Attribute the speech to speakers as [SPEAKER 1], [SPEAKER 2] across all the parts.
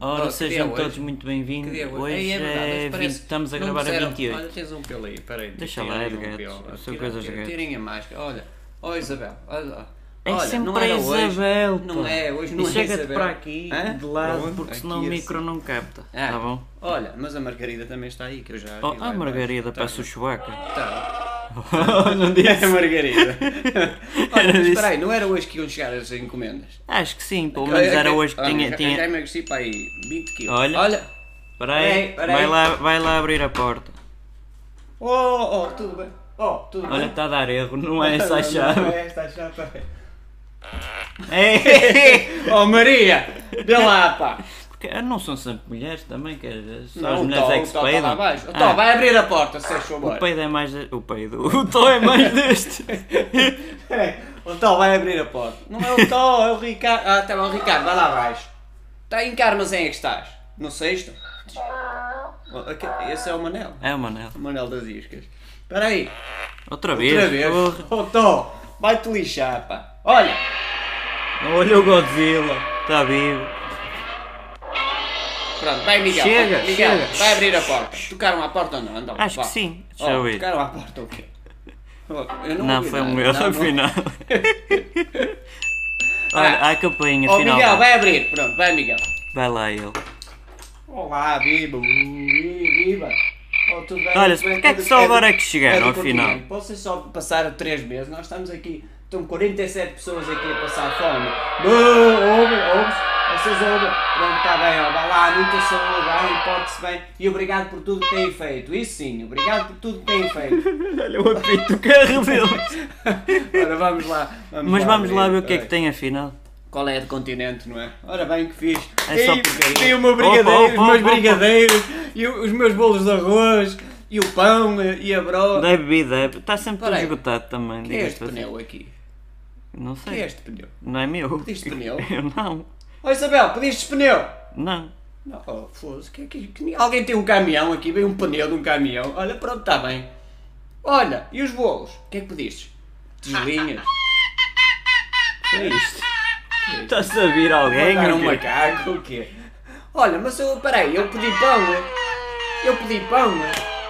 [SPEAKER 1] Ora,
[SPEAKER 2] Olha, que dia é
[SPEAKER 1] sejam
[SPEAKER 2] hoje?
[SPEAKER 1] todos muito bem-vindos.
[SPEAKER 2] Que dia é hoje?
[SPEAKER 1] Hoje
[SPEAKER 2] Ei, é verdade, hoje
[SPEAKER 1] é
[SPEAKER 2] parece-
[SPEAKER 1] 20, estamos a
[SPEAKER 2] não
[SPEAKER 1] gravar a
[SPEAKER 2] disseram.
[SPEAKER 1] 28.
[SPEAKER 2] Olha, tens um pelo aí, peraí.
[SPEAKER 1] Deixa
[SPEAKER 2] tirem
[SPEAKER 1] lá, é
[SPEAKER 2] aí
[SPEAKER 1] de
[SPEAKER 2] um
[SPEAKER 1] gatos.
[SPEAKER 2] pelo.
[SPEAKER 1] São
[SPEAKER 2] Tirem,
[SPEAKER 1] coisas de
[SPEAKER 2] tirem,
[SPEAKER 1] gatos.
[SPEAKER 2] Tirem a máscara, olha. Ó Isabel, olha lá.
[SPEAKER 1] É
[SPEAKER 2] Olha, não
[SPEAKER 1] sempre
[SPEAKER 2] era
[SPEAKER 1] a
[SPEAKER 2] hoje.
[SPEAKER 1] Isabel.
[SPEAKER 2] Não
[SPEAKER 1] pá.
[SPEAKER 2] é, hoje
[SPEAKER 1] E
[SPEAKER 2] não é
[SPEAKER 1] Chega-te
[SPEAKER 2] Isabel.
[SPEAKER 1] para aqui
[SPEAKER 2] Hã?
[SPEAKER 1] de lado,
[SPEAKER 2] Onde?
[SPEAKER 1] porque senão
[SPEAKER 2] Aqui,
[SPEAKER 1] o
[SPEAKER 2] assim.
[SPEAKER 1] micro não capta.
[SPEAKER 2] Ah,
[SPEAKER 1] Tá bom?
[SPEAKER 2] Olha, mas a Margarida também está aí, que eu já. a vi
[SPEAKER 1] Oh,
[SPEAKER 2] lá
[SPEAKER 1] a
[SPEAKER 2] embaixo.
[SPEAKER 1] Margarida
[SPEAKER 2] Tá,
[SPEAKER 1] parece o Chewbacca.
[SPEAKER 2] Tá.
[SPEAKER 1] não
[SPEAKER 2] É a
[SPEAKER 1] disse?
[SPEAKER 2] Margarida.
[SPEAKER 1] Era
[SPEAKER 2] Olha, mas
[SPEAKER 1] disso.
[SPEAKER 2] espera aí, não era hoje que iam chegar as encomendas?
[SPEAKER 1] Acho que sim, pelo menos era hoje que
[SPEAKER 2] Olha,
[SPEAKER 1] tinha.
[SPEAKER 2] já-
[SPEAKER 1] tinha...
[SPEAKER 2] Já emagreci para aí 20 quilos.
[SPEAKER 1] Olha.
[SPEAKER 2] Olha.
[SPEAKER 1] Espera aí,
[SPEAKER 2] Peraí, peraí.
[SPEAKER 1] vai lá, vai lá abrir a porta.
[SPEAKER 2] Oh, oh, tudo bem. Oh, tudo bem.
[SPEAKER 1] Olha, está a dar erro, não é essa a
[SPEAKER 2] Não, é. Não,
[SPEAKER 1] chave.
[SPEAKER 2] é esta a chave.
[SPEAKER 1] Ei!
[SPEAKER 2] oh Maria, vê lá, pá.
[SPEAKER 1] É. Porque ah, não são sempre mulheres também, quer dizer, só as
[SPEAKER 2] Não, o
[SPEAKER 1] mulheres
[SPEAKER 2] Tó,
[SPEAKER 1] é
[SPEAKER 2] o
[SPEAKER 1] que se
[SPEAKER 2] Tó está lá
[SPEAKER 1] peidam.
[SPEAKER 2] abaixo. Tá, O Tó,
[SPEAKER 1] Ah,
[SPEAKER 2] vai abrir a porta, se faz
[SPEAKER 1] o
[SPEAKER 2] favor.
[SPEAKER 1] peido é mais. de- O peido. O Tó é mais deste.
[SPEAKER 2] É, O Tó vai abrir a porta. Não é o Tó, é o Ricardo. Ah, tá bom, Ricardo, vai lá abaixo. Está em que armazém é que estás? No sexto? Oh, aqui- Esse é o Manel.
[SPEAKER 1] É, Manel.
[SPEAKER 2] O Manel das Iscas. Espera aí.
[SPEAKER 1] Outra vez.
[SPEAKER 2] Outra vez.
[SPEAKER 1] porra.
[SPEAKER 2] Oh Tó, vai-te lixar, pá. Olha.
[SPEAKER 1] Olha o Godzilla. Está vivo.
[SPEAKER 2] Pronto, vai Miguel.
[SPEAKER 1] Chega,
[SPEAKER 2] Miguel,
[SPEAKER 1] chega.
[SPEAKER 2] vai abrir a porta. Tocaram à porta ou não? Andam,
[SPEAKER 1] Acho
[SPEAKER 2] vá.
[SPEAKER 1] que sim. Deixa eu
[SPEAKER 2] Oh,
[SPEAKER 1] ver.
[SPEAKER 2] tocaram à porta o quê? Oh, eu não
[SPEAKER 1] Não,
[SPEAKER 2] ouvi
[SPEAKER 1] foi um
[SPEAKER 2] nada.
[SPEAKER 1] erro,
[SPEAKER 2] Não, não.
[SPEAKER 1] afinal. Olha,
[SPEAKER 2] Ah.
[SPEAKER 1] há a campainha,
[SPEAKER 2] Oh,
[SPEAKER 1] afinal.
[SPEAKER 2] Miguel, vai abrir. Pronto, vai Miguel.
[SPEAKER 1] Vai lá ele.
[SPEAKER 2] Olá, viva, viva. Oh, tudo bem?
[SPEAKER 1] Olha,
[SPEAKER 2] Tudo bem?
[SPEAKER 1] porque é que
[SPEAKER 2] Tudo-
[SPEAKER 1] só
[SPEAKER 2] do-
[SPEAKER 1] agora é que chegaram,
[SPEAKER 2] do
[SPEAKER 1] afinal?
[SPEAKER 2] continente. Vocês só passaram 3 meses, nós estamos aqui, estão 47 pessoas aqui a passar fome. Não, ouve, ouve, vocês ouvem. Pronto, está bem, ó, vá lá, muita saúde, vai, porte-se bem. E obrigado por tudo que têm feito, isso sim, obrigado por tudo que têm feito.
[SPEAKER 1] Olha o apito do carro dele.
[SPEAKER 2] Ora, vamos lá. Vamos
[SPEAKER 1] Mas vamos lá ver o que é
[SPEAKER 2] Ai.
[SPEAKER 1] que tem, afinal.
[SPEAKER 2] Qual é de continente, não é? Ora bem, que fiz.
[SPEAKER 1] É só
[SPEAKER 2] Ei,
[SPEAKER 1] porcaria.
[SPEAKER 2] tem o meu
[SPEAKER 1] Opa,
[SPEAKER 2] brigadeiro,
[SPEAKER 1] opa,
[SPEAKER 2] os meus
[SPEAKER 1] opa,
[SPEAKER 2] brigadeiros, e o- os meus bolos de arroz, e o pão, e a broa.
[SPEAKER 1] Deve be, deve. Está sempre tudo
[SPEAKER 2] Peraí.
[SPEAKER 1] esgotado também.
[SPEAKER 2] Que é
[SPEAKER 1] diga-se
[SPEAKER 2] este
[SPEAKER 1] assim.
[SPEAKER 2] pneu aqui?
[SPEAKER 1] Não
[SPEAKER 2] Que é
[SPEAKER 1] sei.
[SPEAKER 2] este pneu?
[SPEAKER 1] Não é meu.
[SPEAKER 2] Pediste pneu?
[SPEAKER 1] Eu não.
[SPEAKER 2] Ó Isabel, pediste pneu?
[SPEAKER 1] Não.
[SPEAKER 2] Não, oh, foda-se, que, que, que- alguém tem um caminhão aqui, veio um pneu de um caminhão. Olha, pronto, está bem. Olha, e os bolos? O que é que pediste? Tigelinhas?
[SPEAKER 1] Que é isto? Está-se a vir alguém?
[SPEAKER 2] Era
[SPEAKER 1] ou
[SPEAKER 2] um
[SPEAKER 1] quê?
[SPEAKER 2] macaco, o quê? Olha, mas eu, peraí, eu pedi pão, eu pedi pão,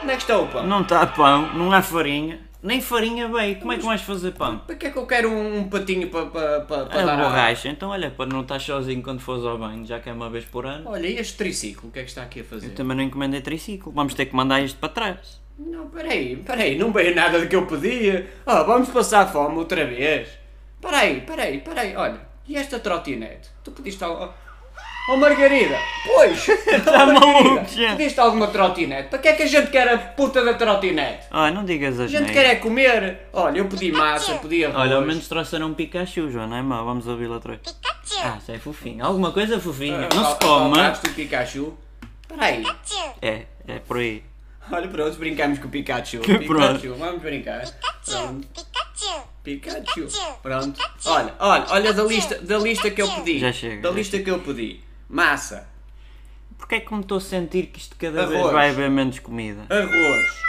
[SPEAKER 2] onde é que está o pão?
[SPEAKER 1] Não está pão, não há farinha. Nem farinha bem. Como é que vais fazer pão?
[SPEAKER 2] Para que é que eu quero um, um patinho para pa, pa, pa
[SPEAKER 1] É
[SPEAKER 2] dar a-
[SPEAKER 1] borracha. Então olha, para não estar sozinho quando fores ao banho, já que é uma vez por ano.
[SPEAKER 2] Olha, e este triciclo, o que é que está aqui a fazer?
[SPEAKER 1] Eu também não encomendei triciclo. Vamos ter que mandar isto para trás.
[SPEAKER 2] Não, peraí, peraí, não veio nada do que eu pedia. Ah, vamos passar fome outra vez. Peraí, peraí, peraí, olha, e esta trotinete? Tu pediste algo. Oh Margarida! Pois! Está
[SPEAKER 1] Tá maluco, gente.
[SPEAKER 2] Pediste alguma trotinete? Para que é que a gente quer a puta da trotinete?
[SPEAKER 1] Ah, não digas as
[SPEAKER 2] A gente
[SPEAKER 1] neiras.
[SPEAKER 2] quer é comer. Olha, eu pedi massa, pedi arroz.
[SPEAKER 1] Olha, ao menos trouxeram um Pikachu, João, não é mau? Vamos ouvi-lo outra vez. Ah, isso é fofinho. Alguma coisa fofinha. Não se come.
[SPEAKER 2] Ah, o Pikachu. Peraí.
[SPEAKER 1] É, é por aí.
[SPEAKER 2] Olha, pronto, brincamos com o Pikachu.
[SPEAKER 1] Que
[SPEAKER 2] Pikachu, vamos brincar. Pronto. Pikachu. Pronto. Olha, olha, olha da lista, da lista que eu pedi.
[SPEAKER 1] Já chega,
[SPEAKER 2] Da
[SPEAKER 1] já
[SPEAKER 2] lista que eu pedi. Massa,
[SPEAKER 1] Porquê é que me estou a sentir que isto cada vez
[SPEAKER 2] Arroz.
[SPEAKER 1] vai haver menos comida?
[SPEAKER 2] arroz.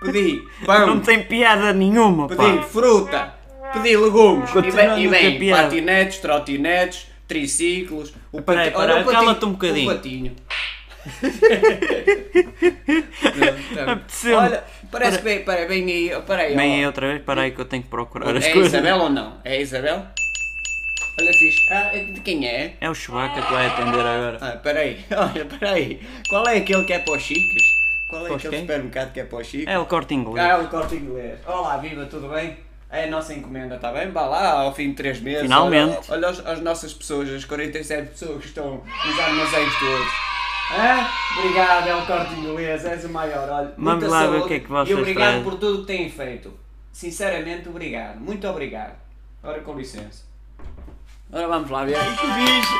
[SPEAKER 2] Pedi
[SPEAKER 1] Não
[SPEAKER 2] pão,
[SPEAKER 1] tem piada nenhuma, pá.
[SPEAKER 2] pedi fruta, pedi legumes. E
[SPEAKER 1] Continuando
[SPEAKER 2] vem, e
[SPEAKER 1] com a
[SPEAKER 2] vem
[SPEAKER 1] piada.
[SPEAKER 2] patinetes, trotinetes, triciclos, o
[SPEAKER 1] Espera aí,
[SPEAKER 2] pati-
[SPEAKER 1] espera aí,
[SPEAKER 2] olha, o patinho-
[SPEAKER 1] cala-te um bocadinho.
[SPEAKER 2] O patinho.
[SPEAKER 1] Apeteceu-me.
[SPEAKER 2] Olha, parece que vem, peraí, vem aí, peraí, ó.
[SPEAKER 1] Vem aí outra vez, para aí que eu tenho que procurar as
[SPEAKER 2] É
[SPEAKER 1] coisas.
[SPEAKER 2] Isabel ou não? É Isabel? Olha fixe. Ah, de quem é?
[SPEAKER 1] É o Chewbacca que vai atender agora.
[SPEAKER 2] Ah, peraí, olha, peraí. Qual é aquele que é para os chicas? Qual é
[SPEAKER 1] Para os
[SPEAKER 2] aquele
[SPEAKER 1] quem?
[SPEAKER 2] supermercado que é para os chicas?
[SPEAKER 1] É o corte inglês.
[SPEAKER 2] Ah, o corte inglês. Olá, viva, tudo bem? É a nossa encomenda, está bem? Vá lá, ao fim de 3 meses.
[SPEAKER 1] Finalmente.
[SPEAKER 2] Olha, olha as, as nossas pessoas, as 47 pessoas que estão nos armazéns todos. Hã? Obrigado, é o corte inglês, és o maior. Olha,
[SPEAKER 1] Vamos
[SPEAKER 2] muita
[SPEAKER 1] lá ver
[SPEAKER 2] saúde
[SPEAKER 1] o que é que
[SPEAKER 2] E
[SPEAKER 1] vocês
[SPEAKER 2] obrigado
[SPEAKER 1] trazem.
[SPEAKER 2] por tudo que têm feito. Sinceramente, obrigado. Muito obrigado. Ora, com licença. Ora, vamos lá ver. Que bicho!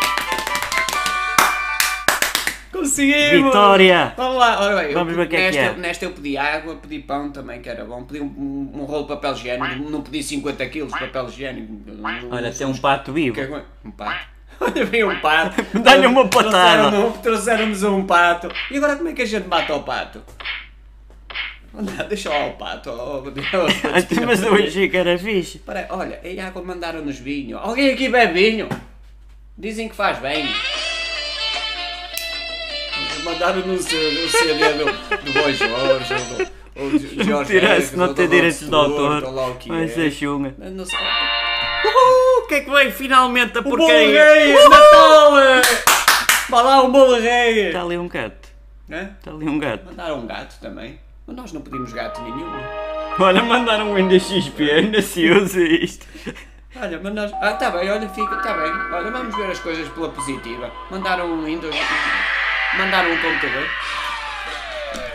[SPEAKER 2] Conseguimos!
[SPEAKER 1] Vitória!
[SPEAKER 2] Vamos lá, ora bem, eu
[SPEAKER 1] Vamos ver o que é que
[SPEAKER 2] nesta-
[SPEAKER 1] é.
[SPEAKER 2] Nesta eu pedi água, pedi pão também, que era bom. Pedi um, um- um rolo de papel higiênico, não pedi 50 quilos de papel higiênico.
[SPEAKER 1] Olha, tem um pato vivo.
[SPEAKER 2] Que agu- Um pato. Olha, veio um pato.
[SPEAKER 1] Dá-lhe uma patada.
[SPEAKER 2] Trouxeram-no- Trouxeram-nos um pato. E agora como é que a gente mata o pato? Não, deixa lá o pato. Oh, meu Deus.
[SPEAKER 1] Mas eu achei que era fixe.
[SPEAKER 2] Espera aí, olha, a água mandaram-nos vinho. Alguém aqui bebe vinho? Dizem que faz bem.
[SPEAKER 3] Mandaram no CD do, do Boy Jorge ou do, ou de
[SPEAKER 1] Não
[SPEAKER 3] Jorge
[SPEAKER 1] tirasse,
[SPEAKER 3] Harrison,
[SPEAKER 1] não
[SPEAKER 3] ou
[SPEAKER 1] tem
[SPEAKER 3] do
[SPEAKER 1] direitos de
[SPEAKER 3] Rod Stewart,
[SPEAKER 1] autor.
[SPEAKER 3] ou lá o que
[SPEAKER 1] Mas
[SPEAKER 3] é.
[SPEAKER 1] é chunga.
[SPEAKER 2] Mas Não sei.
[SPEAKER 1] Uhul! O é que é que veio finalmente a
[SPEAKER 2] Bolo
[SPEAKER 1] porcaria?
[SPEAKER 2] Rei, Natal!
[SPEAKER 3] é!
[SPEAKER 2] Vá lá um bolo rei!
[SPEAKER 1] Está ali um gato.
[SPEAKER 2] Hã?
[SPEAKER 1] Está ali um gato.
[SPEAKER 2] Mandaram um gato também. Mas nós não pedimos gato nenhum.
[SPEAKER 1] Olha, mandaram um Windows XP, ainda se usa isto.
[SPEAKER 2] Olha, mas nós. Ah, tá bem, olha, fica, tá bem. Olha, vamos ver as coisas pela positiva. Mandaram um Windows. Mandaram um computador.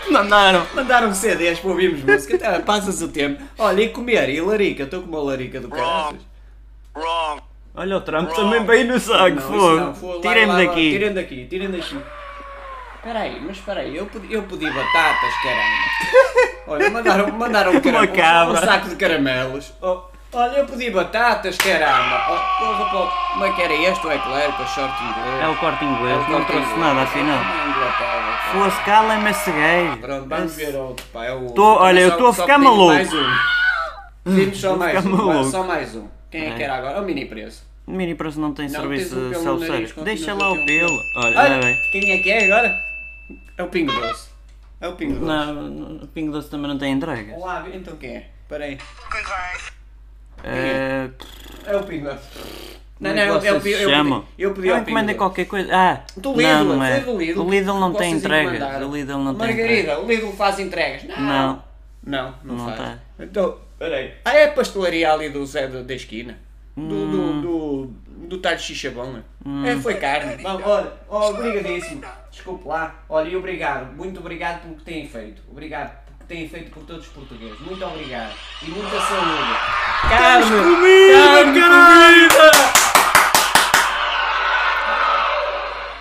[SPEAKER 1] Mandaram.
[SPEAKER 2] Mandaram CDs para ouvirmos música. Tá, Passas o tempo. Olha, e comer, e larica. Estou com uma larica do caraças.
[SPEAKER 3] Wrong.
[SPEAKER 1] Olha, o Trump também veio no saco,
[SPEAKER 2] Não, isso não,
[SPEAKER 1] Ah, fogo.
[SPEAKER 2] fogo. Lá, lá,
[SPEAKER 1] Tirem-me
[SPEAKER 2] lá,
[SPEAKER 1] daqui.
[SPEAKER 2] Tirem daqui, tirem daqui. Peraí, mas peraí, eu pedi, eu pedi batatas, caramba. Olha, mandaram, mandaram um, caram-
[SPEAKER 1] Uma cabra.
[SPEAKER 2] um, um saco de caramelos. Oh, olha, eu pedi batatas, caramba. Oh, porra, porra. Como é que era este o eclair com a short inglês?
[SPEAKER 1] É o corte inglês, não trouxe nada afinal.
[SPEAKER 2] Inglaterra. pá.
[SPEAKER 1] Fosse cala-me esse gajo.
[SPEAKER 2] Pronto, vamos ver outro, pá. É o outro.
[SPEAKER 1] Tô- olha, eu
[SPEAKER 2] Só-
[SPEAKER 1] tô a
[SPEAKER 2] só
[SPEAKER 1] ficar
[SPEAKER 2] pedimos
[SPEAKER 1] maluco. Hum,
[SPEAKER 2] Mais um. Pedimos só
[SPEAKER 1] Tô a
[SPEAKER 2] mais
[SPEAKER 1] ficar
[SPEAKER 2] um, pá,
[SPEAKER 1] maluco.
[SPEAKER 2] só mais um. Quem é que era agora? É o mini preço.
[SPEAKER 1] Mini Preço não tem
[SPEAKER 2] Não,
[SPEAKER 1] serviço
[SPEAKER 2] tens o
[SPEAKER 1] de
[SPEAKER 2] pelo no nariz,
[SPEAKER 1] self-service.
[SPEAKER 2] continua
[SPEAKER 1] Deixa
[SPEAKER 2] a
[SPEAKER 1] lá
[SPEAKER 2] ter
[SPEAKER 1] o
[SPEAKER 2] um
[SPEAKER 1] pelo.
[SPEAKER 2] pelo.
[SPEAKER 1] Olha,
[SPEAKER 2] Olha,
[SPEAKER 1] olha bem.
[SPEAKER 2] quem é que é agora? É o Pingo Doce. É o Pingo Doce.
[SPEAKER 1] Não, o Pingo Doce também não tem entrega.
[SPEAKER 2] Olá, então quem é? Peraí.
[SPEAKER 1] Eh,
[SPEAKER 2] É o Pingo Doce.
[SPEAKER 1] Como é que
[SPEAKER 2] eu, eu,
[SPEAKER 1] vocês
[SPEAKER 2] pedi-
[SPEAKER 1] se
[SPEAKER 2] eu,
[SPEAKER 1] chamam?
[SPEAKER 2] pedi- eu pedi
[SPEAKER 1] Eu
[SPEAKER 2] ao Pingo
[SPEAKER 1] encomendei
[SPEAKER 2] Doce.
[SPEAKER 1] qualquer coisa. Ah,
[SPEAKER 2] Do
[SPEAKER 1] não,
[SPEAKER 2] Lidl,
[SPEAKER 1] não é.
[SPEAKER 2] foi do Lidl.
[SPEAKER 1] O Lidl não tem
[SPEAKER 2] Vocês
[SPEAKER 1] entregas.
[SPEAKER 2] encomendaram.
[SPEAKER 1] O Lidl não tem entregas.
[SPEAKER 2] Margarida, o Lidl faz entregas. Não.
[SPEAKER 1] Não.
[SPEAKER 2] Não, não,
[SPEAKER 1] Não
[SPEAKER 2] faz.
[SPEAKER 1] tá.
[SPEAKER 2] Então, peraí. Ah, é a pastelaria ali do Zé da, da esquina. Do,
[SPEAKER 1] Hum.
[SPEAKER 2] do, do, do talho de chichabão. É, foi carne. Vamos, olha, oh, obrigadíssimo. Desculpe lá. Olha, e obrigado. Muito obrigado pelo que têm feito. Obrigado pelo que têm feito por todos os portugueses. Muito obrigado. E muita saúde. Carne!
[SPEAKER 1] Comida, comida!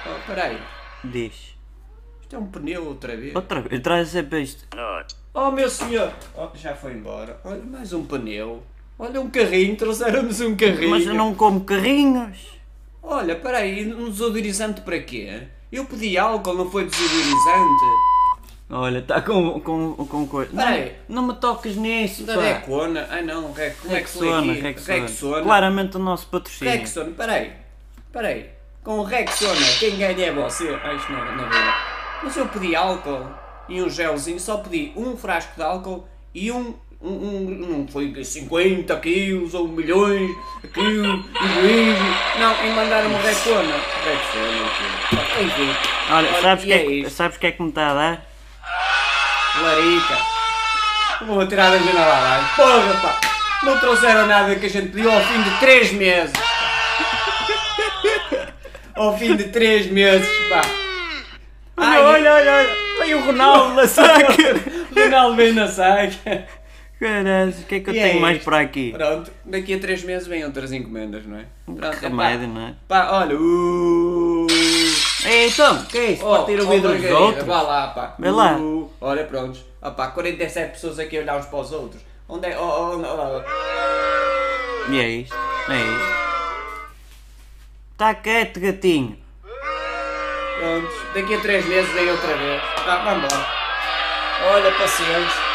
[SPEAKER 2] Oh, peraí.
[SPEAKER 1] Diz.
[SPEAKER 2] Isto é um pneu outra vez.
[SPEAKER 1] Outra vez. Traz sempre isto.
[SPEAKER 2] Oh, meu senhor. Oh, já foi embora. Olha, mais um pneu. Olha, um carrinho. Trouxeram-nos um carrinho.
[SPEAKER 1] Mas eu não como carrinhos.
[SPEAKER 2] Olha, peraí, um desodorizante para quê? Eu pedi álcool, não foi desodorizante?
[SPEAKER 1] Olha, está com, com, com coisa.
[SPEAKER 2] Peraí.
[SPEAKER 1] Não, não me toques nisso,
[SPEAKER 2] Da
[SPEAKER 1] pá.
[SPEAKER 2] Recona? Ai não, Rec... como é que se lê
[SPEAKER 1] Rexona,
[SPEAKER 2] aqui?
[SPEAKER 1] Rexona.
[SPEAKER 2] Rexona.
[SPEAKER 1] Claramente o nosso patrocínio.
[SPEAKER 2] Rexona, peraí. Peraí. Com o Rexona, quem ganha é você. Ah, isto não, não vira. Mas eu pedi álcool e um gelzinho, só pedi um frasco de álcool e um... um, um não foi 50 quilos ou milhões, quilos, egoísmo. Não, e mandaram-me Rexona. Rexona, enfim. Enfim.
[SPEAKER 1] Olha,
[SPEAKER 2] Olha,
[SPEAKER 1] sabes o que,
[SPEAKER 2] e
[SPEAKER 1] é
[SPEAKER 2] é
[SPEAKER 1] que,
[SPEAKER 2] isto?
[SPEAKER 1] sabes que é que me está a dar?
[SPEAKER 2] Larica. Vou tirar da janela lá. Porra, pá. Não trouxeram nada que a gente pediu ao fim de 3 meses. ao fim de 3 meses, pá. Ai,
[SPEAKER 1] olha, olha. Veio o Ronaldo na saca.
[SPEAKER 2] Ronaldo vem na saca.
[SPEAKER 1] Caralho, o que é que eu
[SPEAKER 2] E é
[SPEAKER 1] tenho mais
[SPEAKER 2] isto.
[SPEAKER 1] por aqui?
[SPEAKER 2] Pronto, daqui a 3 meses vêm outras encomendas, não é? Pronto,
[SPEAKER 1] Que Um remédio, não é?
[SPEAKER 2] Pá, pá olha. Uh...
[SPEAKER 1] Ei, então, que é isso?
[SPEAKER 2] Oh,
[SPEAKER 1] Partir o
[SPEAKER 2] oh,
[SPEAKER 1] vidro dos
[SPEAKER 2] Margarida,
[SPEAKER 1] outros?
[SPEAKER 2] Vá lá, pá.
[SPEAKER 1] Vê lá.
[SPEAKER 2] Uh, olha, prontos. Ah, pá, 47 pessoas aqui a olhar uns para os outros. Onde é. Oh, oh, oh, oh.
[SPEAKER 1] E é isto, é isto. Está quieto, gatinho.
[SPEAKER 2] Prontos, daqui a três meses vem outra vez. Tá, vamos embora. Olha, paciente.